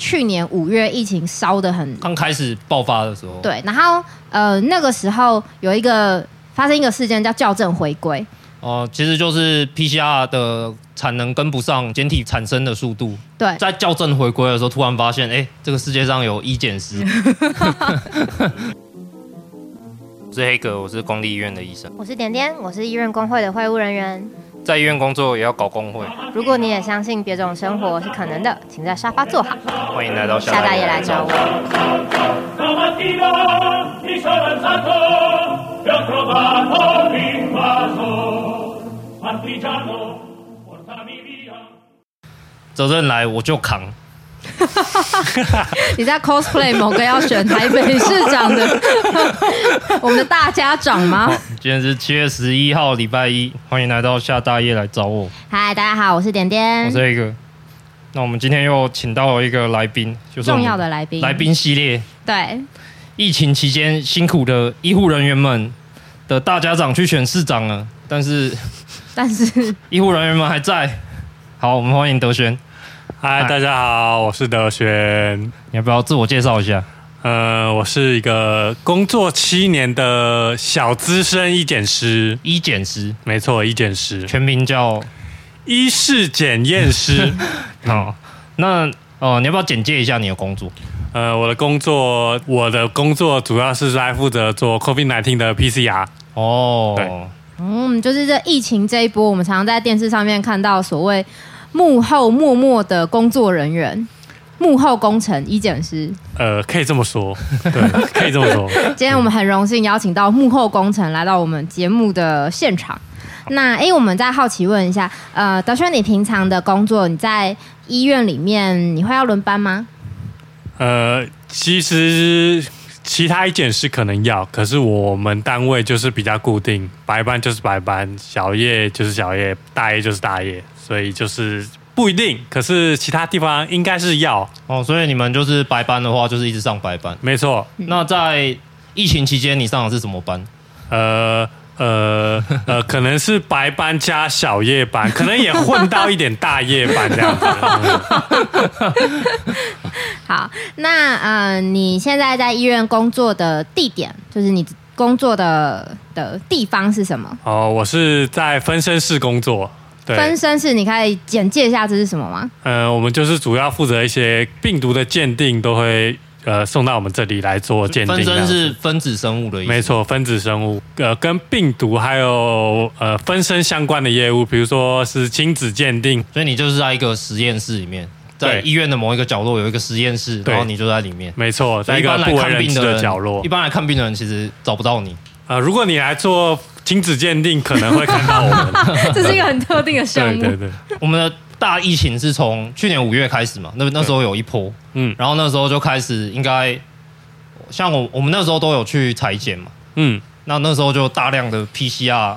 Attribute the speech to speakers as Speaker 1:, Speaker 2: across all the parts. Speaker 1: 去年五月疫情烧的很
Speaker 2: 刚开始爆发的时候，，
Speaker 1: 对，然后呃那个时候有一个发生一个事件叫校正回归，
Speaker 2: 哦、其实就是 PCR 的产能跟不上简体产生的速度，
Speaker 1: 对，
Speaker 2: 在校正回归的时候，突然发现，哎、这个世界上有一减十。 我是黑哥，我是公立医院的医生，
Speaker 3: 我是点点，我是医院工会的会务人员。
Speaker 2: 在医院工作也要搞工会。
Speaker 3: 如果你也相信别种生活是可能的，请在沙发坐好，
Speaker 2: 欢迎来到
Speaker 3: 下大夜来找我。
Speaker 4: Stamattina mi sono alzato e ho trovato l'invaso. Partigiano, portami via.
Speaker 2: 责任来我就扛。
Speaker 1: 你在 cosplay 某个要选台北市长 的我们的大家长吗？
Speaker 2: 今天是七月十一号，礼拜一，欢迎来到下大夜来找我，
Speaker 1: 嗨，大家好，我是点点，
Speaker 2: 我是黑哥。那我们今天又请到了一个来宾，就是我
Speaker 1: 重
Speaker 2: 们
Speaker 1: 要的来宾，
Speaker 2: 来宾系列。
Speaker 1: 对，
Speaker 2: 疫情期间辛苦的医护人员们的大家长去选市长了，但是
Speaker 1: 但是
Speaker 2: 医护人员们还在。好，我们欢迎德轩，
Speaker 5: 嗨，大家好，我是德轩。
Speaker 2: 你要不要自我介绍一下？
Speaker 5: 呃，我是一个工作七年的小资深医检师，
Speaker 2: 一减十，
Speaker 5: 没错，医检师，
Speaker 2: 全名叫
Speaker 5: 医事检验师。
Speaker 2: 好。那哦、呃你要不要简介一下你的工作？
Speaker 5: 呃，我的工作，我的工作主要是在负责做 COVID-19 的 PCR。
Speaker 2: 哦
Speaker 5: 对，
Speaker 1: 嗯，就是这疫情这一波，我们常常在电视上面看到所谓幕后默默的工作人员。幕后工程医检师，
Speaker 5: 呃，可以这么说，对，可以这么说。
Speaker 1: 今天我们很荣幸邀请到幕后工程来到我们节目的现场。那诶，我们再好奇问一下，呃，德轩，你平常的工作，你在医院里面，你会要轮班吗？
Speaker 5: 呃，其实其他一检师可能要，可是我们单位就是比较固定，白班就是白班，小夜就是小夜，大夜就是大夜，所以就是不一定。可是其他地方应该是要，
Speaker 2: 哦，所以你们就是白班的话，就是一直上白班。
Speaker 5: 没错。
Speaker 2: 那在疫情期间，你上的是什么班？
Speaker 5: 呃呃呃，可能是白班加小夜班，可能也混到一点大夜班这样子。
Speaker 1: 好，那呃，你现在在医院工作的地点，就是你工作的的地方是什么？
Speaker 5: 哦，我是在分身室工作。对，
Speaker 1: 分身室，你可以简介一下这是什么吗？
Speaker 5: 呃，我们就是主要负责一些病毒的鉴定，都会呃送到我们这里来做鉴定。
Speaker 2: 分
Speaker 5: 这
Speaker 2: 身
Speaker 5: 样子
Speaker 2: 是分子生物的意思。
Speaker 5: 没错，分子生物呃跟病毒还有呃分身相关的业务，比如说是亲子鉴定，
Speaker 2: 所以你就是在一个实验室里面，在
Speaker 5: 对
Speaker 2: 医院的某一个角落有一个实验室，
Speaker 5: 对
Speaker 2: 然后你就在里面。
Speaker 5: 没错，
Speaker 2: 所
Speaker 5: 在
Speaker 2: 以
Speaker 5: 一
Speaker 2: 一
Speaker 5: 个
Speaker 2: 般来
Speaker 5: 不为
Speaker 2: 看
Speaker 5: 人
Speaker 2: 病
Speaker 5: 知
Speaker 2: 的人
Speaker 5: 的角落
Speaker 2: 一。般来看病的人其实找不到你。
Speaker 5: 呃，如果你来做亲子鉴定，可能会 看到我们。
Speaker 1: 这是一个很特定的项
Speaker 5: 对
Speaker 1: 目。
Speaker 5: 对对，
Speaker 2: 我们的大疫情是从去年五月开始嘛，那那时候有一波，
Speaker 5: 嗯
Speaker 2: 然后那时候就开始应该，像我我们那时候都有去裁剪嘛，
Speaker 5: 嗯，
Speaker 2: 那那时候就大量的 PCR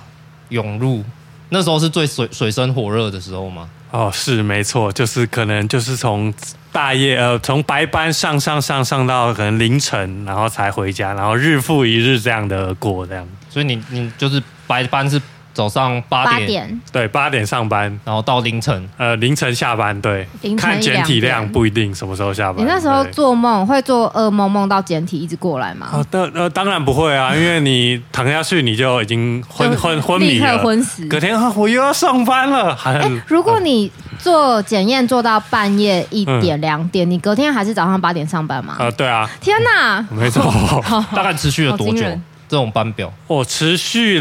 Speaker 2: 涌入，那时候是最水水深火热的时候嘛，
Speaker 5: 哦是没错，就是可能就是从大夜呃从白班上上上上到可能凌晨，然后才回家，然后日复一日这样的过这样。
Speaker 2: 所以你你就是白班是早上八
Speaker 1: 八
Speaker 2: 点，
Speaker 1: 点，
Speaker 5: 对，八点上班，
Speaker 2: 然后到凌晨，
Speaker 5: 呃，凌晨下班，对
Speaker 1: 凌晨，
Speaker 5: 看
Speaker 1: 一
Speaker 5: 检
Speaker 1: 两
Speaker 5: 体
Speaker 1: 点
Speaker 5: 量不一定什么时候下班。
Speaker 1: 你那时候
Speaker 5: 对
Speaker 1: 做梦会做噩梦，梦到简体一直过来吗？
Speaker 5: 哦，当呃当然不会啊，因为你躺下去你就已经昏
Speaker 1: 就
Speaker 5: 昏昏迷
Speaker 1: 立刻
Speaker 5: 了，
Speaker 1: 昏死。
Speaker 5: 隔天啊我又要上班了，还
Speaker 1: 哎
Speaker 5: 很、，
Speaker 1: 如果你做检验做到半夜一点两点，你隔天还是早上八点上班吗？
Speaker 5: 呃对啊，
Speaker 1: 天哪！
Speaker 5: 没错，
Speaker 2: 大概持续
Speaker 1: 哦
Speaker 2: 了
Speaker 1: 好
Speaker 2: 多
Speaker 1: 惊
Speaker 2: 久
Speaker 1: 人？
Speaker 2: 这种班表
Speaker 5: 我持续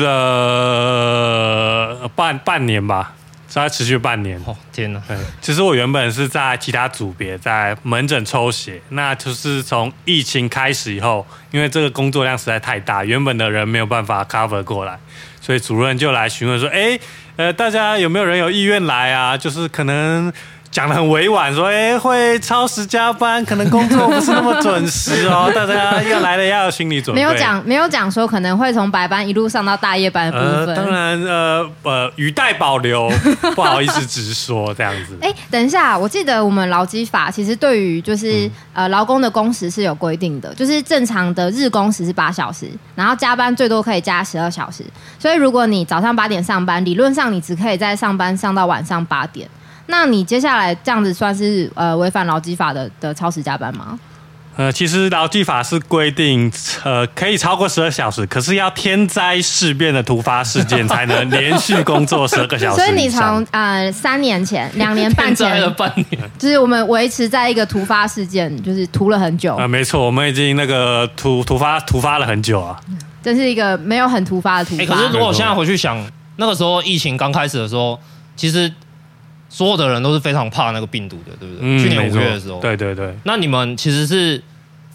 Speaker 5: 了半半年吧，大概持续半年。
Speaker 2: 哦，天哪！
Speaker 5: 对，其实我原本是在其他组别，在门诊抽血，那就是从疫情开始以后，因为这个工作量实在太大，原本的人没有办法 cover 过来，所以主任就来询问说：“哎，呃，大家有没有人有意愿来啊？就是可能。”讲的很委婉，说：“哎，会超时加班，可能工作不是那么准时 哦，大家要来了要有心理准备。”
Speaker 1: 没有讲，没有讲说可能会从白班一路上到大夜班的部
Speaker 5: 呃，当
Speaker 1: 分。
Speaker 5: 然，呃呃，语带保留，不好意思直说这样子。
Speaker 1: 哎、等一下，我记得我们劳基法其实对于
Speaker 2: 嗯
Speaker 1: 就是、呃劳工的工时是有规定的，就是正常的日工时是八小时，然后加班最多可以加十二小时。所以如果你早上八点上班，理论上你只可以在上班上到晚上八点。那你接下来这样子算是呃违反劳基法的的超时加班吗？
Speaker 5: 呃，其实劳基法是规定，呃，可以超过十二小时，可是要天灾事变的突发事件才能连续工作十二个小时
Speaker 1: 所以你
Speaker 5: 上
Speaker 1: 从呃三年前、两 年半
Speaker 2: 天灾了
Speaker 1: 前，
Speaker 2: 半年，
Speaker 1: 就是我们维持在一个突发事件，就是突了很久，
Speaker 2: 嗯
Speaker 5: 呃，没错，我们已经那个突突发突发了很久啊。
Speaker 1: 这是一个没有很突发的突
Speaker 2: 哎、
Speaker 1: 发。
Speaker 2: 可是如果现在回去想，那个时候疫情刚开始的时候，其实所有的人都是非常怕那个病毒的，对不对？嗯去年
Speaker 5: 嗯没
Speaker 2: 五
Speaker 5: 错
Speaker 2: 月的时候，
Speaker 5: 对对对，
Speaker 2: 那你们其实是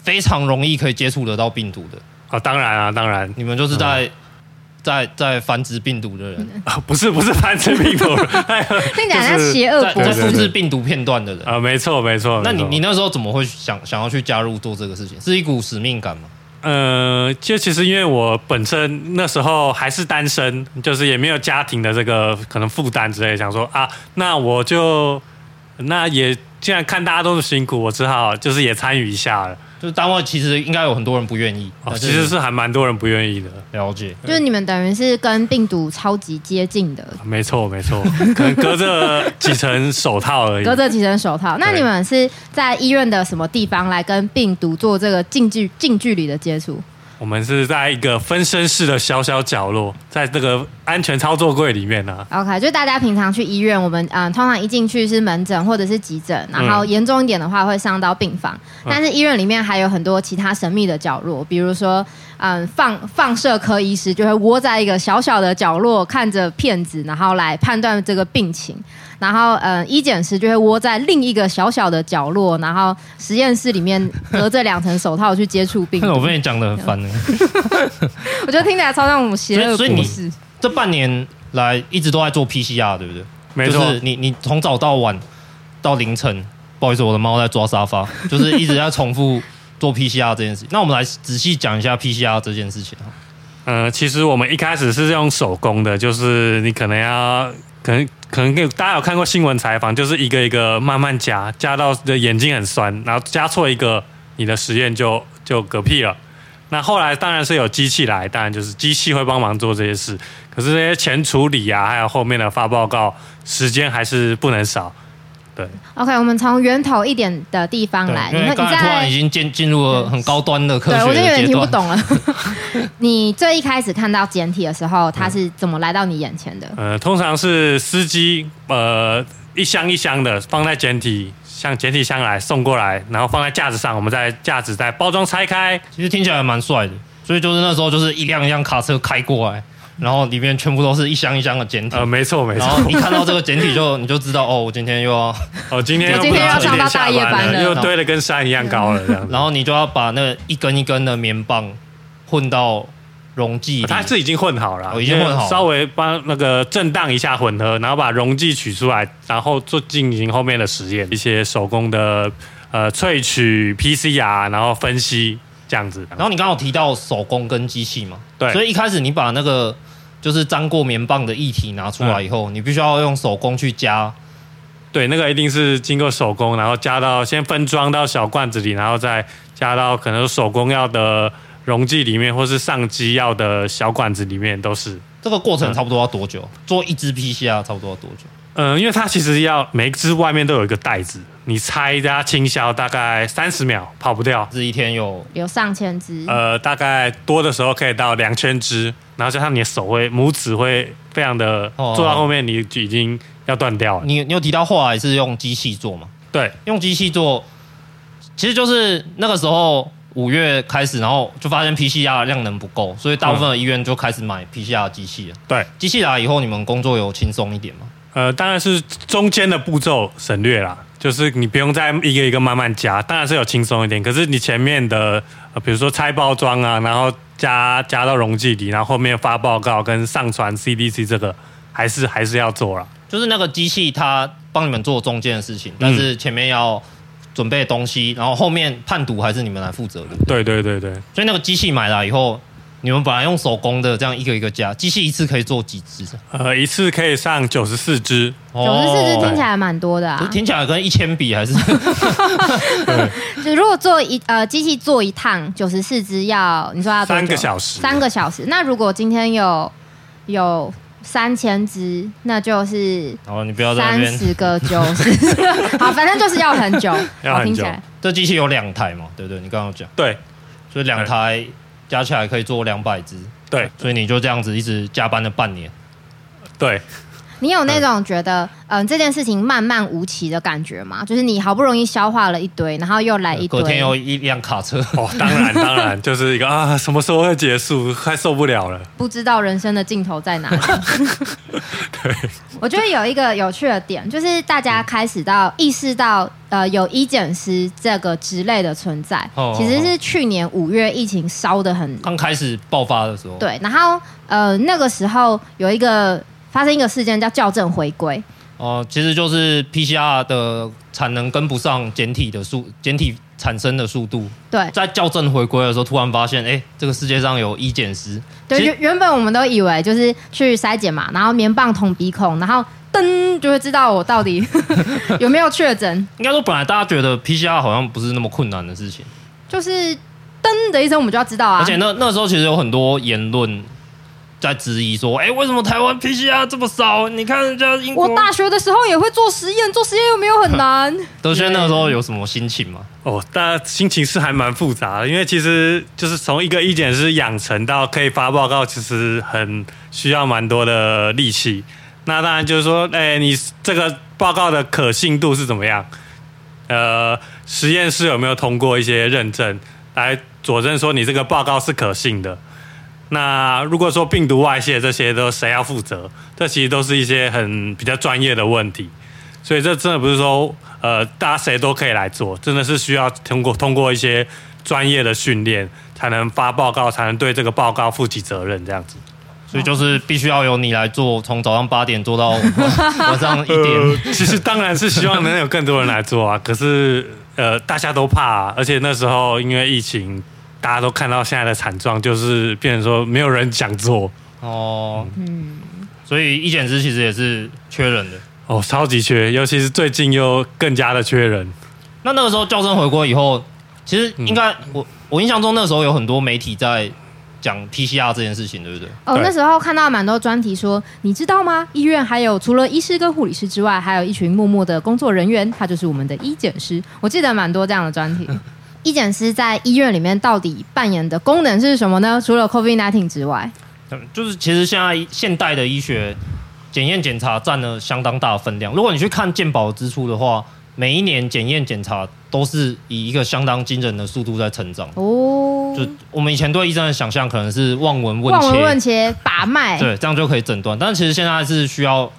Speaker 2: 非常容易可以接触得到病毒的，
Speaker 5: 啊，当然啊，当然，
Speaker 2: 你们就是在、
Speaker 5: 嗯
Speaker 2: 在在繁殖病毒的人，
Speaker 5: 啊、不是不是繁殖病毒， 哎
Speaker 1: 听起来像
Speaker 5: 就是
Speaker 1: 邪恶
Speaker 2: 在
Speaker 1: 博
Speaker 2: 在
Speaker 1: 士
Speaker 2: 复制病毒片段的人。
Speaker 5: 啊，没错没错。
Speaker 2: 那你
Speaker 5: 没错
Speaker 2: 你那时候怎么会想想要去加入做这个事情？是一股使命感吗？
Speaker 5: 呃，就其实因为我本身那时候还是单身，就是也没有家庭的这个可能负担之类，想说啊，那我就那也既然看大家都是辛苦，我只好就是也参与一下了。
Speaker 2: 就是单位其实应该有很多人不愿意，
Speaker 5: 哦，
Speaker 2: 但
Speaker 5: 其实是还蛮多人不愿意的。
Speaker 2: 了解。
Speaker 1: 就是你们等于是跟病毒超级接近的，
Speaker 5: 没错，没错，可能隔着几层手套而已
Speaker 1: 隔。着几层手套。那你们是在医院的什么地方来跟病毒做这个近距近距离的接触？
Speaker 5: 我们是在一个分身室的小小角落，在这个安全操作柜里面啊呢、
Speaker 1: OK，就大家平常去医院，我们嗯、呃通常一进去是门诊或者是急诊，然后
Speaker 5: 嗯
Speaker 1: 严重一点的话会上到病房。
Speaker 2: 嗯
Speaker 1: 但是医院里面还有很多其他神秘的角落，比如说嗯、放放射科医师就会窝在一个小小的角落看着片子，然后来判断这个病情。然后，呃，医检师就会窝在另一个小小的角落，然后实验室里面隔着两层手套去接触病毒。
Speaker 2: 我被你讲的很烦呢。
Speaker 1: 我觉得听起来超像我们邪恶
Speaker 2: 所以所以
Speaker 1: 博
Speaker 2: 你
Speaker 1: 士。
Speaker 2: 这半年来一直都在做 PCR，对不对？
Speaker 5: 没
Speaker 2: 就
Speaker 5: 错，
Speaker 2: 是你你从早到晚到凌晨，不好意思，我的猫在抓沙发，就是一直在重复做 PCR 这件事情。 那我们来仔细讲一下 PCR 这件事情啊。
Speaker 5: 呃，其实我们一开始是用手工的，就是你可能要，可能可能给大家有看过新闻采访，就是一个一个慢慢夹，夹到的眼睛很酸，然后夹错一个，你的实验就就嗝屁了。那后来当然是有机器来，当然就是机器会帮忙做这些事，可是这些前处理啊，还有后面的发报告时间还是不能少。
Speaker 1: OK，我们从源头一点的地方来。
Speaker 2: 因
Speaker 1: 你
Speaker 2: 为
Speaker 1: 会
Speaker 2: 刚
Speaker 1: 你
Speaker 2: 才突然
Speaker 1: 在
Speaker 2: 已经进进入了很高端的科
Speaker 1: 对
Speaker 2: 学
Speaker 1: 我
Speaker 2: 的
Speaker 1: 就有点
Speaker 2: 阶
Speaker 1: 听不
Speaker 2: 段。
Speaker 1: 懂了。 你最一开始看到简体的时候，它是怎么来到你眼前的？
Speaker 2: 嗯
Speaker 5: 呃，通常是司机呃一箱一箱的放在简体，像简体箱来送过来，然后放在架子上，我们在架子再包装拆开，
Speaker 2: 其实听起来蛮帅的，所以就是那时候就是一辆一辆卡车开过来，然后里面全部都是一箱一箱的简体。
Speaker 5: 呃，没错没
Speaker 2: 然
Speaker 5: 错，
Speaker 2: 后一看到这个简体就你就知道哦，我今天又要，
Speaker 5: 哦，今天
Speaker 2: 我今天
Speaker 5: 不知道
Speaker 2: 要上
Speaker 5: 几点
Speaker 1: 到大
Speaker 5: 下
Speaker 1: 夜班了
Speaker 5: 了，又堆的跟山一样高了这样子。
Speaker 2: 然后你就要把那一根一根的棉棒混到溶剂里。
Speaker 5: 它是已经混好了，
Speaker 2: 哦已经混好了
Speaker 5: 稍微帮那个震荡一下混合，然后把溶剂取出来，然后做进行后面的实验，一些手工的呃萃取 PCR，然后分析这样子。
Speaker 2: 然后你刚好提到手工跟机器嘛，
Speaker 5: 对
Speaker 2: 所以一开始你把那个就是沾过棉棒的液体拿出来以后，你必须要用手工去加，
Speaker 5: 对，那个一定是经过手工，然后加到先分装到小罐子里，然后再加到可能手工要的溶剂里面，或是上机要的小管子里面都是。
Speaker 2: 这个过程差不多要多久？做一只 PCR 差不多要多久？
Speaker 5: 嗯、因为它其实要每一只外面都有一个袋子，你拆加清消大概三十秒，跑不掉。
Speaker 2: 这一天有
Speaker 1: 有上千只，
Speaker 5: 呃，大概多的时候可以到两千只，然后加上你的手会拇指会非常的，
Speaker 2: 哦嗯
Speaker 5: 做到后面你已经要断掉了。
Speaker 2: 你你有提到后来是用机器做嘛？
Speaker 5: 对，
Speaker 2: 用机器做，其实就是那个时候五月开始，然后就发现 PCR 量能不够，所以大部分的医院就开始买 PCR 机器了。
Speaker 5: 对，
Speaker 2: 机器来以后，你们工作有轻松一点吗？
Speaker 5: 呃，当然是中间的步骤省略啦，就是你不用再一个一个慢慢加，当然是有轻松一点。可是你前面的，呃、比如说拆包装啊，然后加加到溶剂里，然后后面发报告跟上传 CDC 这个，还是还是要做啦。
Speaker 2: 就是那个机器它帮你们做中间的事情，但是前面要准备东西，然后后面判读还是你们来负责的。
Speaker 5: 对对对对，
Speaker 2: 所以那个机器买来以后，你们本来用手工的这样一个一个加，机器一次可以做几只？
Speaker 5: 呃，一次可以上九十四支，
Speaker 2: 九
Speaker 1: 九十四只听起来蛮多的啊。
Speaker 2: 哦听起来跟一千比还是
Speaker 1: 就如果做一呃机器做一趟九十四只要，你说要多久
Speaker 5: 三个小时
Speaker 1: 三个小时。那如果今天有有三千只，那就是
Speaker 2: 好，你不要在那
Speaker 1: 三
Speaker 2: 边。
Speaker 1: 十个九十， 好，反正就是要很 久，
Speaker 5: 要
Speaker 1: 好
Speaker 5: 很
Speaker 1: 听起
Speaker 5: 久
Speaker 1: 来
Speaker 2: 这机器有两台嘛，对不对？你刚刚有讲，
Speaker 5: 对
Speaker 2: 所以两台加起来可以做两百只，
Speaker 5: 对
Speaker 2: 所以你就这样子一直加班了半年。
Speaker 5: 对，
Speaker 1: 你有那种觉得，嗯、这件事情漫漫无期的感觉吗？就是你好不容易消化了一堆，然后又来一堆，
Speaker 2: 呃隔天又一辆卡车，
Speaker 5: 哦，当然当然，就是一个啊，什么时候会结束？快受不了了。
Speaker 1: 不知道人生的尽头在哪 里。 我觉得有一个有趣的点，就是大家开始到意识到，呃，有医检师这个职类的存在
Speaker 2: 哦，
Speaker 1: 其实是去年五月疫情烧的很
Speaker 2: 刚开始爆发的时候，
Speaker 1: 对，然后呃那个时候有一个发生一个事件叫校正回归，
Speaker 2: 哦、其实就是 PCR 的产能跟不上简体的速，简体产生的速度，
Speaker 1: 对
Speaker 2: 在校正回归的时候，突然发现，哎、这个世界上有医检师，
Speaker 1: 对，
Speaker 2: 其实
Speaker 1: 原原本我们都以为就是去筛检嘛，然后棉棒捅鼻孔，然后噔就会知道我到 底有没有确诊，
Speaker 2: 应该说本来大家觉得 PCR 好像不是那么困难的事情，
Speaker 1: 就是噔的一声我们就要知道啊
Speaker 2: 而且。那那时候其实有很多言论在质疑说，哎、为什么台湾 PCR 这么少？你看人家英国
Speaker 1: 我，大学的时候也会做实验，做实验又没有很 难。
Speaker 2: 德轩那个时候有什么心情吗？
Speaker 5: 哦，大家心情是还蛮复杂的，因为其实就是从一个意见是养成到可以发报告，其实很需要蛮多的力气。那当然就是说，哎、你这个报告的可信度是怎么样？呃，实验室有没有通过一些认证来佐证说你这个报告是可信的？那如果说病毒外泄这些都谁要负责？这其实都是一些很比较专业的问题。所以这真的不是说呃大家谁都可以来做，真的是需要通过通过一些专业的训练才能发报告，才能对这个报告负起责任这样子。
Speaker 2: 所以就是必须要由你来做，从早上八点做到晚上一 点。
Speaker 5: 呃其实当然是希望能有更多人来做啊，可是呃大家都怕、啊，而且那时候因为疫情。大家都看到现在的惨状，就是变成说没有人想做
Speaker 2: 哦，嗯，所以医检师其实也是缺人的。
Speaker 5: 哦，超级缺，尤其是最近又更加的缺人。
Speaker 2: 那那个时候校正回归以后，其实应该、我我印象中那时候有很多媒体在讲 PCR 这件事情，对不对？
Speaker 1: 哦，
Speaker 5: 对
Speaker 1: 那时候看到蛮多专题说，你知道吗？医院还有除了医师跟护理师之外，还有一群默默的工作人员，他就是我们的医检师。我记得蛮多这样的专 题。医检师在医院里面到底扮演的功能是什么呢？除了 COVID-19 之外，
Speaker 2: 就是其实现在现代的医学检验检查占了相当大的分量。如果你去看健保支出的话，每一年检验检查都是以一个相当惊人的速度在成长。
Speaker 1: 哦，
Speaker 2: 就我们以前对医生的想象可能是望闻问
Speaker 1: 望
Speaker 2: 切，
Speaker 1: 闻问切、把脉，
Speaker 2: 对，这样就可以诊断。但其实现在是需要，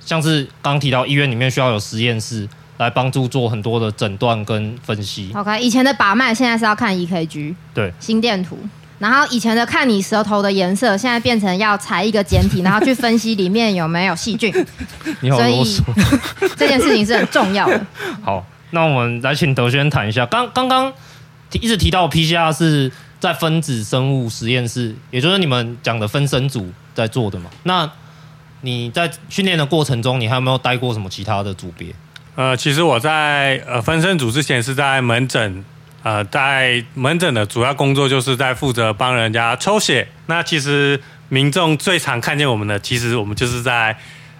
Speaker 2: 像是刚提到医院里面需要有实验室来帮助做很多的诊断跟分析。
Speaker 1: OK，以前的把脉现在是要看 EKG，
Speaker 2: 对，
Speaker 1: 心电图。然后以前的看你舌头的颜色，现在变成要裁一个简体，然后去分析里面有没有细菌，
Speaker 2: 你好
Speaker 1: 所
Speaker 2: 啰
Speaker 1: 以
Speaker 2: 嗦。
Speaker 1: 这件事情是很重 要
Speaker 5: 啊
Speaker 1: 的。
Speaker 2: 好，那我们来请德轩谈一下。刚刚刚提一直提到 PCR 是在分子生物实验室，也就是你们讲的分身组在做的嘛？那你在训练的过程中，你还有没有待过什么其他的组别？
Speaker 5: 呃，其实我在呃分身组之前是在门诊，呃，在门诊的主要工作就是在负责帮人家抽血。那其实民众最常看见我们的，其实我们就是在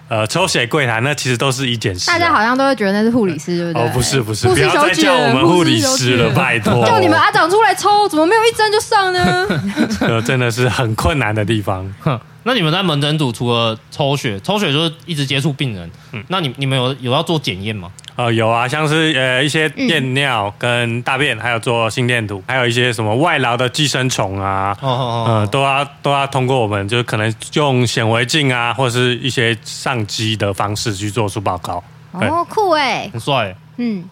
Speaker 5: 呃抽血柜台，那其实都是一检师啊、
Speaker 1: 大家好像都会觉得那是护理师，对不对？
Speaker 5: 哦，不是不是，
Speaker 1: 护
Speaker 5: 不
Speaker 1: 士
Speaker 5: 要
Speaker 1: 小
Speaker 5: 再
Speaker 1: 姐，
Speaker 5: 叫我们护理师了，
Speaker 1: 护士小姐
Speaker 5: 拜托。
Speaker 1: 叫你们啊阿长出来抽，怎么没有一针就上呢？
Speaker 5: 呃，真的是很困难的地方。
Speaker 2: 哼，那你们在门诊组除了抽血，抽血就是一直接触病人，那你你们有有要做检验吗？
Speaker 5: 呃，有啊，像是呃一些
Speaker 1: 嗯
Speaker 5: 验尿跟大便，还有做心电图，还有一些什么外劳的寄生虫啊，
Speaker 2: 哦哦
Speaker 5: 呃，都要都要通过我们，就是可能用显微镜啊，或是一些上机的方式去做出报告。对
Speaker 1: 哦，酷哎，
Speaker 2: 很帅。
Speaker 1: 嗯，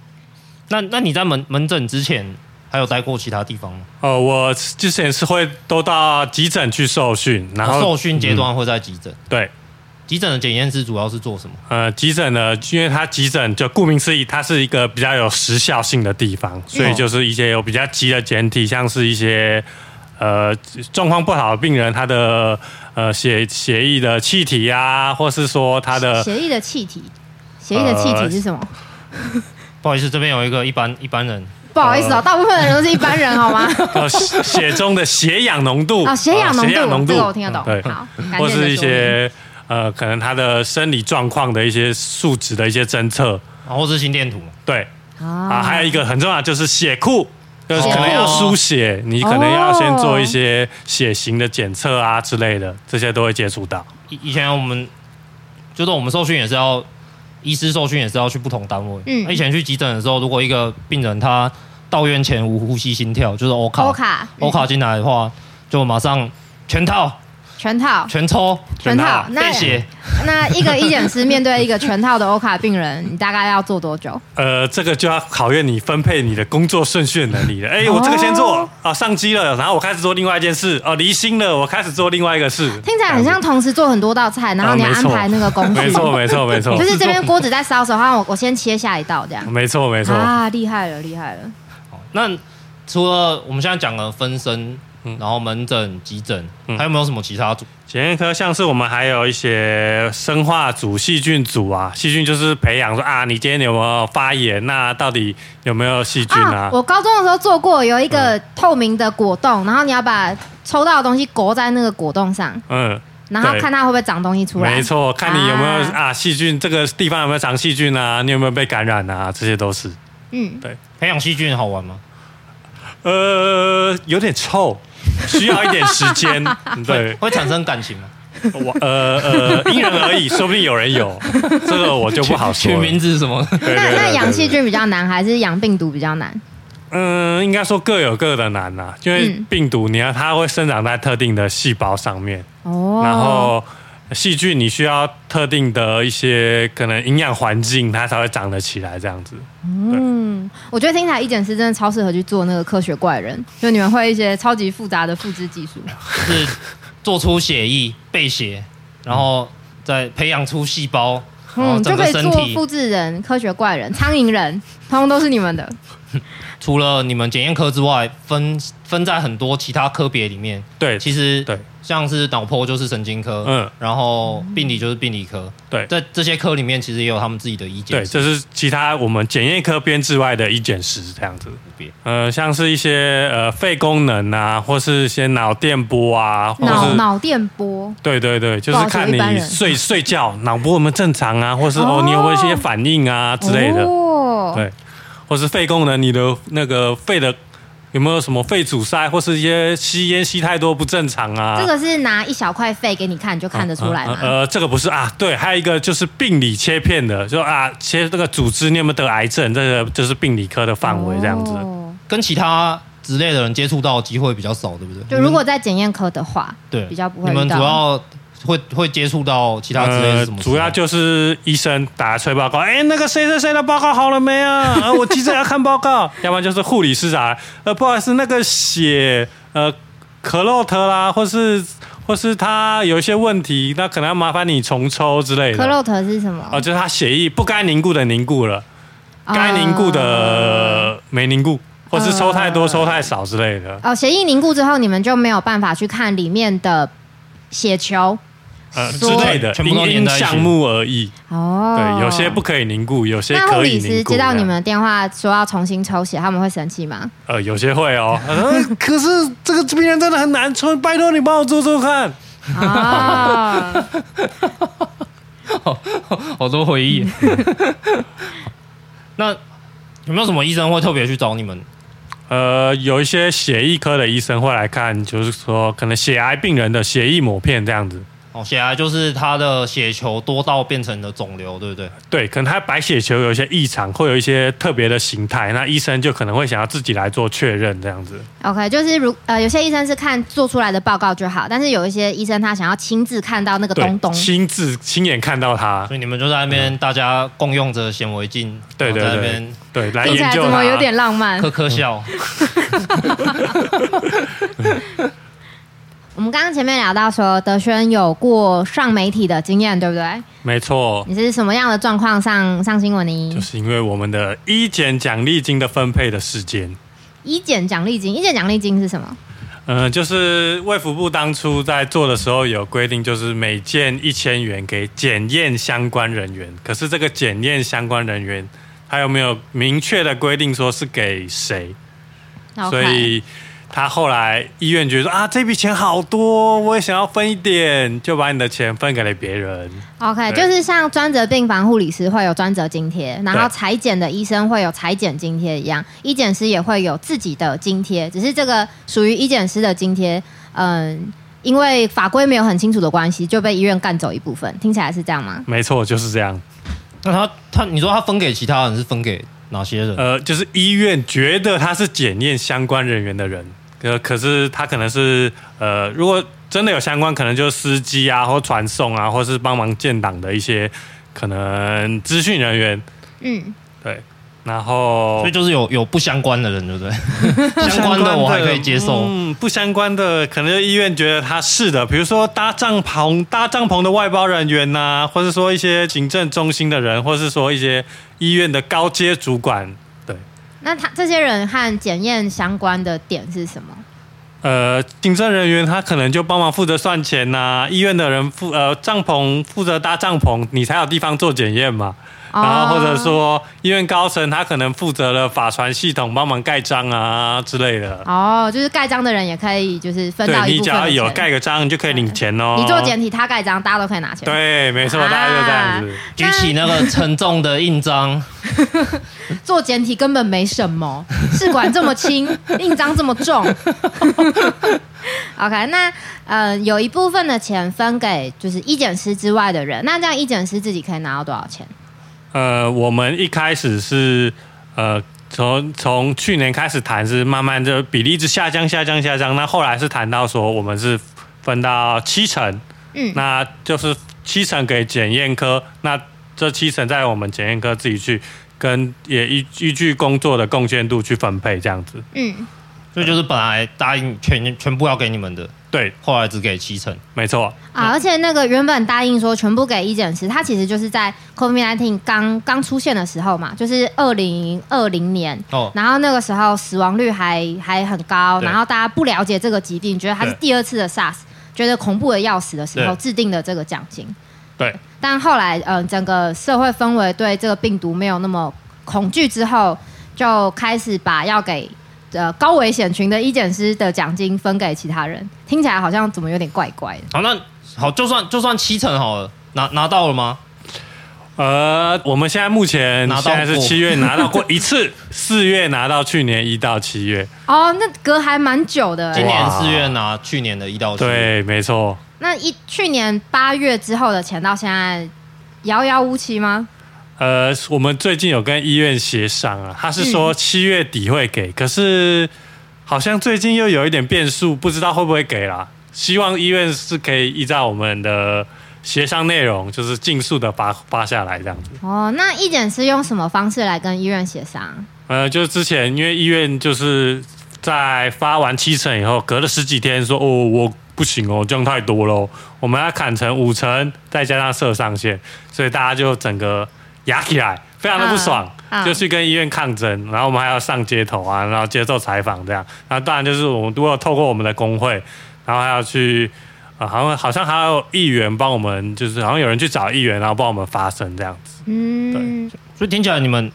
Speaker 2: 那那你在门门诊之前还有待过其他地方吗？
Speaker 5: 呃，我之前是会都到急诊去受训，然后、
Speaker 2: 哦受训阶段会在急诊，
Speaker 5: 对，
Speaker 2: 急诊的检验师主要是做什么？
Speaker 5: 呃，急诊呢，因为它急诊就顾名思义，它是一个比较有时效性的地方，所
Speaker 2: 嗯
Speaker 5: 以就是一些有比较急的检体，像是一些呃状况不好的病人，他的呃血血液的气体啊，或是说他的呃
Speaker 1: 协议的气体，协议的气体是什么？
Speaker 2: 不好意思，这边有一个一般一般人，
Speaker 1: 不好意思哦，大部分人都是一般人， 好吗？
Speaker 5: 呃血血中的血氧浓度
Speaker 1: 啊，血氧浓
Speaker 5: 呃血氧浓
Speaker 1: 度，这
Speaker 5: 度嗯
Speaker 1: 个我听得
Speaker 5: 对
Speaker 1: 懂。好，感谢
Speaker 5: 或
Speaker 1: 你的
Speaker 5: 是一
Speaker 1: 说明
Speaker 5: 些呃，可能他的生理状况的一些数值的一些侦测，
Speaker 2: 然后是心电图嘛，
Speaker 5: 对啊，
Speaker 1: 啊
Speaker 5: 还有一个很重要的就是血库。就是可
Speaker 2: 血
Speaker 5: 能
Speaker 2: 库
Speaker 5: 要输血，你可能要先
Speaker 1: 哦
Speaker 5: 做一些血型的检测啊之类的，这些都会接触到。
Speaker 2: 以以前我们就是我们受训也是要，医师受训也是要去不同单位。
Speaker 1: 嗯
Speaker 2: 那以前去急诊的时候，如果一个病人他到院前无呼吸心跳，就是欧卡
Speaker 1: 欧卡
Speaker 2: 欧卡进来的话，就马上全套
Speaker 1: 全套
Speaker 2: 全抽
Speaker 1: 全套，那
Speaker 2: 验血。
Speaker 1: 那一个医检师面对一个全套的欧卡病人，你大概要做多久？
Speaker 5: 呃，这个就要考验你分配你的工作顺序的能力了。哎，我这
Speaker 1: 哦
Speaker 5: 个先做啊，上机了，然后我开始做另外一件事，哦，离心了，我开始做另外一个事。
Speaker 1: 听起来很像同时做很多道菜，然后你要
Speaker 5: 啊没
Speaker 1: 安
Speaker 5: 错
Speaker 1: 排那个工序，
Speaker 5: 没错，没错，没错，
Speaker 1: 就是这边锅子在烧的时候，然后我我先切下一道这样。
Speaker 5: 没错，没错。
Speaker 1: 啊，厉害了，厉害 了！
Speaker 2: 那除了我们现在讲的分身，
Speaker 5: 嗯
Speaker 2: 然后门诊、急诊，
Speaker 5: 嗯
Speaker 2: 还有没有什么其他组？
Speaker 5: 检验科像是我们还有一些生化组、细菌组啊，细菌就是培养说啊，你今天有没有发炎？那到底有没有细菌啊？
Speaker 1: 我高中的时候做过有一个透明的果冻，然后你要把抽到的东西裹在那个果冻上，
Speaker 5: 嗯，
Speaker 1: 然后
Speaker 5: 对
Speaker 1: 看它会不会长东西出来。
Speaker 5: 没错，看你有没有
Speaker 1: 啊
Speaker 5: 啊细菌，这个地方有没有长细菌啊？你有没有被感染啊？这些都是。
Speaker 1: 嗯，
Speaker 2: 培养细菌好玩 吗？
Speaker 5: 呃，有 点臭，需要一点时间。对，
Speaker 2: 会产生感情吗？
Speaker 5: 我呃呃，因人而异，说不定有人有，这个我就不好说
Speaker 2: 取
Speaker 5: 了。
Speaker 2: 名字是什么？
Speaker 5: 对
Speaker 1: 那那养细。
Speaker 5: 对对对对
Speaker 1: 菌比较难，还是养病毒比较难？
Speaker 5: 嗯，应该说各有各的难呐、啊因为
Speaker 1: 嗯
Speaker 5: 病毒，你要它会生长在特定的细胞上面，
Speaker 1: 哦，
Speaker 5: 然后细菌你需要特定的一些可能营养环境，它才会长得起来这样子。
Speaker 1: 嗯，我觉得听起来医检师真的超适合去做那个科学怪人，就你们会一些超级复杂的复制技术。
Speaker 2: 是做出血液备血，然后再培养出细胞，然后
Speaker 1: 嗯，
Speaker 2: 整
Speaker 1: 就
Speaker 2: 个
Speaker 1: 可以
Speaker 2: 身
Speaker 1: 做
Speaker 2: 体。
Speaker 1: 复制人、科学怪人、苍蝇人，通通都是你们的。
Speaker 2: 除了你们检验科之外，分分在很多其他科别里面。
Speaker 5: 对，
Speaker 2: 其实
Speaker 5: 对
Speaker 2: 像是脑波就是神经科，
Speaker 5: 嗯
Speaker 2: 嗯，然后病理就是病理科，
Speaker 5: 对
Speaker 2: 在这些科里面其实也有他们自己的意见。
Speaker 5: 对，这是其他我们检验科编制外的医检师这样子
Speaker 2: 别。
Speaker 5: 呃，像是一些呃肺功能啊，或是一些脑电波啊，或
Speaker 1: 脑
Speaker 5: 是
Speaker 1: 脑电波，
Speaker 5: 对对对，就是看
Speaker 1: 不好说一般
Speaker 5: 你
Speaker 1: 人
Speaker 5: 睡睡觉脑波有没有正常啊，或是哦
Speaker 1: 哦
Speaker 5: 你有没有一些反应啊之类的，
Speaker 1: 哦、
Speaker 5: 对，或是肺功能你的那个肺的有没有什么肺阻塞，或是一些吸烟吸太多不正常啊。
Speaker 1: 这个是拿一小块肺给你看，你就看得出来嘛。
Speaker 5: 呃，这个不是啊，对，还有一个就是病理切片的，就啊切这个组织你有没有得癌症，这个就是病理科的范围这样子。
Speaker 1: 哦
Speaker 2: 跟其他职类的人接触到的机会比较少，对不对？
Speaker 1: 就如果在检验科的话，
Speaker 2: 对
Speaker 1: 比较不会
Speaker 2: 你们
Speaker 1: 遇
Speaker 2: 主
Speaker 1: 到
Speaker 2: 要会会接触到其他职类是什么时候？
Speaker 5: 呃主要就是医生打催报告，哎、那个谁谁谁的报告好了没啊？呃、我急着要看报告。 要不然就是护理师啊，呃，不好意思，那个血呃可洛特啦，或是或是他有一些问题，那可能要麻烦你重抽之类的。
Speaker 1: 科洛特是什么？
Speaker 5: 哦、就是他血液不该凝固的凝固了，
Speaker 1: 啊
Speaker 5: 该凝固的没凝固，或是抽太多、抽太少之类的。
Speaker 1: 哦，血液凝固之后，你们就没有办法去看里面的血球
Speaker 5: 呃之
Speaker 1: 说
Speaker 5: 类的，
Speaker 2: 全部都
Speaker 5: 因
Speaker 2: 粘
Speaker 5: 因
Speaker 2: 在一起
Speaker 5: 项目而异。
Speaker 1: 哦。
Speaker 5: 对，有些不。可以凝固，有些
Speaker 1: 那护
Speaker 5: 可以
Speaker 1: 理师
Speaker 5: 凝固。
Speaker 1: 接到
Speaker 5: 这
Speaker 1: 你
Speaker 5: 样
Speaker 1: 们的电话说要重新抽血，他们会生气吗？
Speaker 5: 呃，有些会哦。呃 可是这个病人真的很难抽，拜托你帮我做做看。
Speaker 1: 啊、
Speaker 2: 好多回忆。 那有没有什么医生会特别去找你们？
Speaker 5: 呃，有一些血液科的医生会来看，就是说可能血癌病人的血液抹片这样子。
Speaker 2: 哦，血癌就是他的血球多到变成了肿瘤，对不对？
Speaker 5: 对，可能他白血球有一些异常，会有一些特别的形态，那医生就可能会想要自己来做确认这样子。
Speaker 1: o k 就是如呃，有些医生是看做出来的报告就好，但是有一些医生他想要亲自看到那个东
Speaker 5: 对，
Speaker 1: 东，
Speaker 5: 亲自亲眼看到他，
Speaker 2: 所以你们就在那边、大家共用着显微镜，
Speaker 5: 嗯对对
Speaker 2: 然后在那
Speaker 5: 对嗯
Speaker 2: 边
Speaker 5: 对，来
Speaker 1: 听起
Speaker 5: 研
Speaker 1: 来
Speaker 5: 究
Speaker 1: 怎么
Speaker 5: 他。
Speaker 1: 有点浪漫？
Speaker 2: 呵呵笑。
Speaker 1: 我们刚刚前面聊到说，德轩有过上媒体的经验，对不对？
Speaker 5: 没错，
Speaker 1: 你是什么样的状况上上新闻呢
Speaker 5: 就？是因为我们的医检奖励金的分配的时间。
Speaker 1: 一检奖励金，一检奖励金是什么？
Speaker 5: 嗯，就是卫福部当初在做的时候有规定，就是每件一千元给检验相关人员。可是这个检验相关人员，他有没有明确的规定说是给谁？所
Speaker 1: OK
Speaker 5: 以他后来医院觉得说啊，这笔钱好多，我也想要分一点，就把你的钱分给了别人。
Speaker 1: OK，就
Speaker 5: 对
Speaker 1: 是像专责病房护理师会有专责津贴，然后
Speaker 5: 对
Speaker 1: 裁剪的医生会有裁剪津贴一样，医检师也会有自己的津贴，只是这个属于医检师的津贴，嗯，因为法规没有很清楚的关系，就被医院干走一部分，听起来是这样吗？
Speaker 5: 没错，就是这样。
Speaker 2: 那他他，你说他分给其他人是分给哪些人？
Speaker 5: 呃，就是医院觉得他是检验相关人员的人，可可是他可能是呃，如果真的有相关，可能就是司机啊，或传送啊，或是帮忙建档的一些可能资讯人员。
Speaker 1: 嗯，
Speaker 5: 对，然后
Speaker 2: 所以就是有有不相关的人，对不对？ 相关的我还可以接受。
Speaker 5: 嗯，不相关的可能就医院觉得他是的，比如说搭帐篷、搭帐篷的外包人员呐、或是说一些行政中心的人，或是说一些医院的高阶主管。对，
Speaker 1: 那他这些人和检验相关的点是什么？
Speaker 5: 呃，行政人员他可能就帮忙负责算钱呐、医院的人负呃帐篷负责搭帐篷，你才有地方做检验嘛。
Speaker 1: 哦
Speaker 5: 然后嗯或者说医院高层他可能负责了法传系统，帮忙盖章啊之类的。
Speaker 1: 哦，就是盖章的人也可以，就是分到
Speaker 5: 对
Speaker 1: 一
Speaker 5: 你
Speaker 1: 部
Speaker 5: 只
Speaker 1: 分的
Speaker 5: 要有
Speaker 1: 钱
Speaker 5: 盖个章，你就可以领钱哦。
Speaker 1: 你做检体，他盖章，大家都可以拿钱。
Speaker 5: 对，没错，
Speaker 1: 啊
Speaker 5: 大家就这样子。
Speaker 2: 举起那个沉重的印章，
Speaker 1: 做简体根本没什么，试管这么轻，印章这么重。OK，那呃，有一部分的钱分给就是医检师之外的人，那这样医检师自己可以拿到多少钱？
Speaker 5: 呃，我们一开始是呃，从从去年开始谈是慢慢的比例一直下降、下降、下降。那后来是谈到说我们是分到七成，
Speaker 1: 嗯
Speaker 5: 那就是七成给检验科，那这七成在我们检验科自己去跟也依依据工作的贡献度去分配这样子。
Speaker 1: 嗯，
Speaker 2: 所以就是本来答应全全部要给你们的，
Speaker 5: 对，
Speaker 2: 后来只给七成。
Speaker 5: 没错，
Speaker 1: 啊，而且那个原本答应说全部给医检师，他其实就是在 COVID-19 刚刚出现的时候嘛，就是二零二零年，
Speaker 2: 哦，
Speaker 1: 然后那个时候死亡率还还很高，
Speaker 2: 对
Speaker 1: 然后大家不了解这个疾病，觉得它是
Speaker 2: 对
Speaker 1: 第二次的 SARS，觉得恐怖的要死的时候
Speaker 2: 对
Speaker 1: 制定的这个奖金。
Speaker 5: 对。
Speaker 1: 但后来，嗯、整个社会氛围对这个病毒没有那么恐惧之后，就开始把要给呃高危险群的医检师的奖金分给其他人，听起来好像怎么有点怪怪的。
Speaker 2: 好，那好，就算就算七成好了，拿拿到了吗？
Speaker 5: 呃，我们现在目前
Speaker 2: 拿到
Speaker 5: 现在是
Speaker 2: 过
Speaker 5: 七月拿到过 一次，四月拿到去年一到七月。
Speaker 1: 哦，那隔还蛮久的、
Speaker 2: 今
Speaker 1: 欸。
Speaker 2: 年四月拿去年的一到七，，
Speaker 5: 对，没错。
Speaker 1: 那一去年八月之后的钱到现在遥遥无期吗？
Speaker 5: 呃，我们最近有跟医院协商啊，他是说七月底会给，可是好像最近又有一点变数，不知道会不会给啦。希望医院是可以依照我们的协商内容，就是尽速的发发下来这样子。
Speaker 1: 哦，那医检师用什么方式来跟医院协商？
Speaker 5: 呃，就是之前因为医院就是在发完七成以后，隔了十几天说哦，我不行哦，这样太多喽，我们要砍成五成，再加上设上限，所以大家就整个压起来，非常的不爽，
Speaker 1: 嗯嗯
Speaker 5: 就去跟医院抗争，然后我们还要上街头啊，然后接受采访这样，然后当然就是我们如果透过我们的工会，然后还要去。啊，好像好像还有议员帮我们，就是好像有人去找议员，然后帮我们发声这样子。
Speaker 1: 嗯，
Speaker 2: 所以听起来你们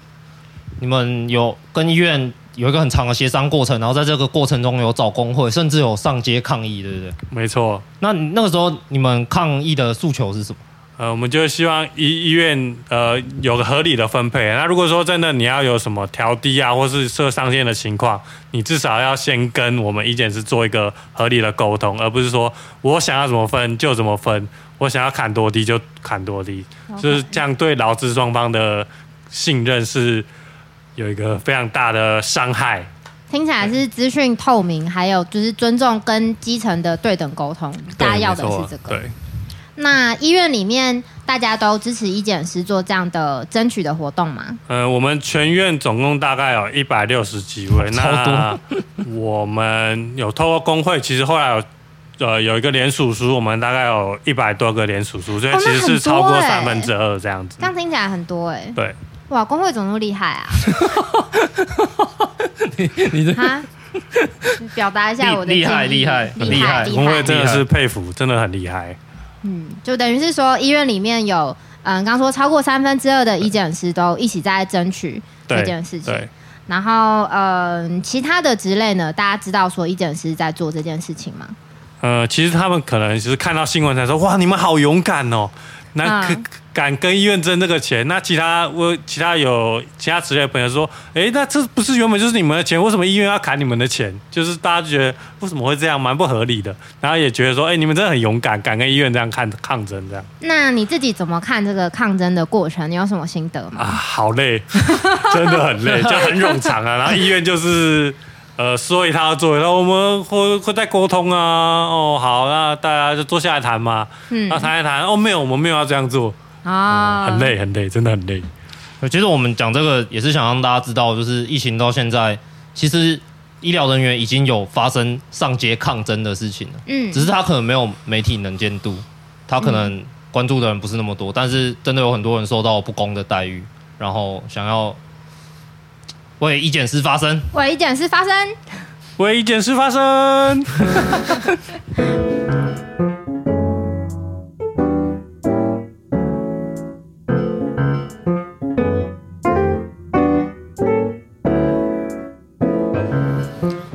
Speaker 2: 你们有跟医院有一个很长的协商过程，然后在这个过程中有找工会，甚至有上街抗议，对不对？
Speaker 5: 没错，
Speaker 2: 那你那个时候你们抗议的诉求是什么？
Speaker 5: 呃，我们就希望医医院呃有个合理的分配。那如果说真的你要有什么调低啊，或是设上限的情况，你至少要先跟我们医检师做一个合理的沟通，而不是说我想要怎么分就怎么分，我想要砍多低就砍多低，就是这样对劳资双方的信任是有一个非常大的伤害。
Speaker 1: 听起来是资讯透明，还有就是尊重跟基层的对等沟通，大家要的
Speaker 5: 对
Speaker 1: 是
Speaker 5: 没错
Speaker 1: 这个。
Speaker 5: 对。
Speaker 1: 那医院里面大家都支持医检师做这样的争取的活动吗？
Speaker 5: 呃，我们全院总共大概有一百六十几位，那我们有透过工会，其实后来有呃有一个联署书，我们大概有一百多个联署书，所以
Speaker 1: 哦
Speaker 5: 其
Speaker 1: 那
Speaker 5: 实
Speaker 1: 很
Speaker 5: 是超
Speaker 1: 多
Speaker 5: 过
Speaker 1: 欸
Speaker 5: 三分之二这样子
Speaker 1: 这。样听起来很多哎、欸，
Speaker 5: 对，
Speaker 1: 哇，工会怎么那么厉害啊？
Speaker 2: 你这
Speaker 1: 哈，表达一下我的
Speaker 2: 厉厉害
Speaker 1: 敬意
Speaker 2: 厉害
Speaker 1: 厉害
Speaker 2: 厉
Speaker 5: 工会
Speaker 1: 厉害，
Speaker 5: 真的是佩服，真的很厉害。
Speaker 1: 就等于是说医院里面有嗯，刚说超过三分之二的医检师都一起在争取这
Speaker 5: 对
Speaker 1: 件事情。
Speaker 5: 对，
Speaker 1: 然后呃，其他的职类呢，大家知道说医检师在做这件事情吗？
Speaker 5: 呃，其实他们可能就是看到新闻才说，哇，你们好勇敢哦，那
Speaker 1: 嗯
Speaker 5: 可、敢跟医院争这个钱。那其他我其他有其他职业的朋友说，诶，那这不是原本就是你们的钱，为什么医院要砍你们的钱？就是大家就觉得为什么会这样，蛮不合理的。然后也觉得说，诶，你们真的很勇敢，敢跟医院这样抗抗争这样
Speaker 1: 那你自己怎么看这个抗争的过程？你有什么心得吗？
Speaker 5: 啊，好累， 真的很 累，就很冗长啊。然后医院就是。呃，说一套做一套，我们会会再沟通啊。哦，好，那大家就坐下来谈嘛。
Speaker 1: 嗯
Speaker 5: 那，谈一谈，哦，没有，我们没有要这样做，
Speaker 1: 哦，
Speaker 5: 啊很累，很累，真的很累。
Speaker 2: 其实我们讲这个也是想让大家知道，就是疫情到现在，其实医疗人员已经有发生上街抗争的事情了，
Speaker 1: 嗯，
Speaker 2: 只是他可能没有媒体能见度，他可能关注的人不是那么多，但是真的有很多人受到不公的待遇，然后想要为医检师发声。
Speaker 1: 为一件事发生，
Speaker 5: 为一件事发生，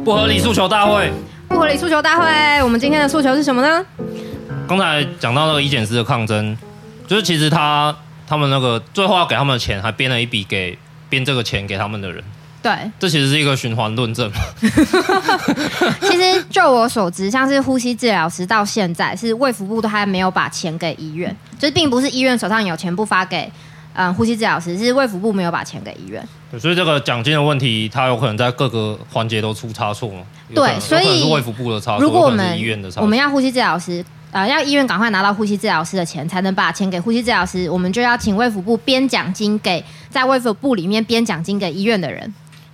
Speaker 2: 不合理诉求大会，
Speaker 1: 不合理诉求大会。我们今天的诉求是什么呢？
Speaker 2: 刚才讲到那个医检师的抗争，就是其实他他们那个最后要给他们的钱，还编了一笔给编这个钱给他们的人，
Speaker 1: 对，
Speaker 2: 这其实是一个循环论证嘛。
Speaker 1: 其实就我所知，像是呼吸治疗师到现在是卫福部都还没有把钱给医院，就是并不是医院手上有钱不发给。嗯，呼吸治疗师是卫福部没有把钱给医院，
Speaker 2: 对所以这个奖金的问题，它有可能在各个环节都出差错嘛。有
Speaker 1: 对
Speaker 2: 可能
Speaker 1: 所以
Speaker 2: 有可能是卫福部的差错，
Speaker 1: 如果我
Speaker 2: 有可能
Speaker 1: 们
Speaker 2: 是医院的差
Speaker 1: 我
Speaker 2: 错
Speaker 1: 们。要呼吸治疗师，呃，要医院赶快拿到呼吸治疗师的钱，才能把钱给呼吸治疗师，我们就要请卫福部编奖金给在卫福部里面编奖金给医院的人。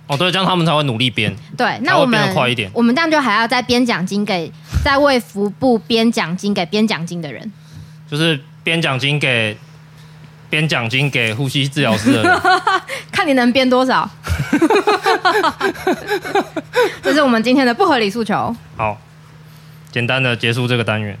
Speaker 2: 哦，对，这样他们才会努力编。
Speaker 1: 对，
Speaker 2: 才
Speaker 1: 那
Speaker 2: 会
Speaker 1: 我们
Speaker 2: 变得快一点
Speaker 1: 我们这样就还要再编奖金给在卫福部编奖金给编奖金的人。
Speaker 2: 就是编奖金给编奖金给呼吸治疗师 的人，
Speaker 1: 看你能编多少。这是我们今天的不合理诉求。
Speaker 2: 好，简单的结束这个单元。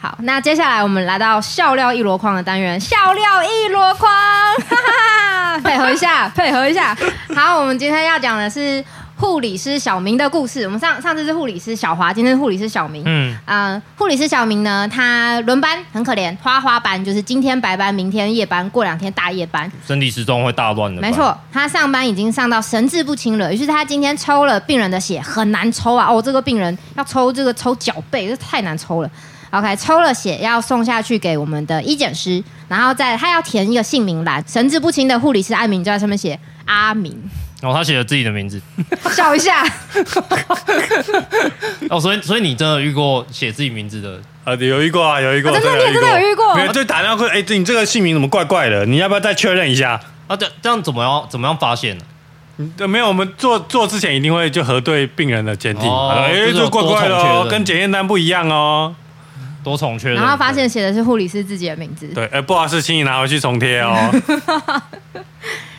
Speaker 1: 好，那接下来我们来到笑料一箩筐的单元，笑料一箩筐， 哈哈哈，配合一下，配合一下。好，我们今天要讲的是护理师小明的故事。我们上上次是护理师小华，今天是护理师小明。
Speaker 2: 嗯，
Speaker 1: 呃，护理师小明呢，他轮班很可怜，花花班就是今天白班，明天夜班，过两天大夜班。
Speaker 2: 身体时钟会大乱的。
Speaker 1: 没，错，他上班已经上到神志不清了，于是他今天抽了病人的血，很难抽啊！哦，这个病人要抽这个抽脚背，这太难抽了。OK，抽了血要送下去给我们的医检师，然后再他要填一个姓名栏，神志不清的护理师艾明就在上面写阿明，
Speaker 2: 然哦后他写了自己的名字。
Speaker 1: 笑一下。
Speaker 2: 哦，所以所以你真的遇过写自己名字的？
Speaker 5: 呃，有遇过啊，有遇过，
Speaker 1: 啊真的
Speaker 5: 有
Speaker 1: 你真的有遇过
Speaker 5: 没有就打电话过，哎，这你这个姓名怎么怪怪的？你要不要再确认一下？
Speaker 2: 啊，这这样怎么样怎么样发现呢？
Speaker 5: 嗯呃没有，我们做做之前一定会就核对病人的检体，
Speaker 2: 哦
Speaker 5: 哎，
Speaker 2: 这种
Speaker 5: 这怪怪的
Speaker 2: 多重确
Speaker 5: 哦
Speaker 2: 认，
Speaker 5: 跟检验单不一样哦。
Speaker 2: 多重确认，
Speaker 1: 然后发现写的是护理师自己的名 字。
Speaker 5: 对，哎，不好意思，请你拿回去重贴 哦。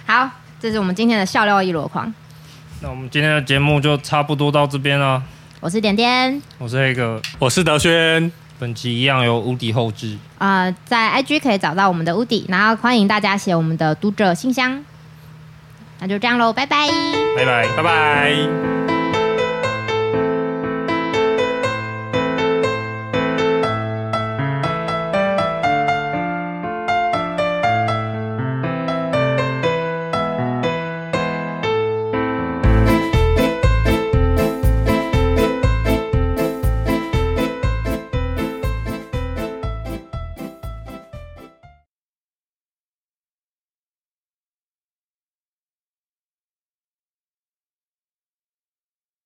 Speaker 1: 好，这是我们今天的笑料一箩筐，
Speaker 2: 那我们今天的节目就差不多到这边了。
Speaker 1: 我是点点。
Speaker 2: 我是一个
Speaker 5: 我是德轩，
Speaker 2: 本期一样由无敌后置。
Speaker 1: 呃，在 IG 可以找到我们的屋底，然后欢迎大家写我们的读者信箱。那就这样喽，拜拜。
Speaker 2: 拜拜。
Speaker 5: 拜拜。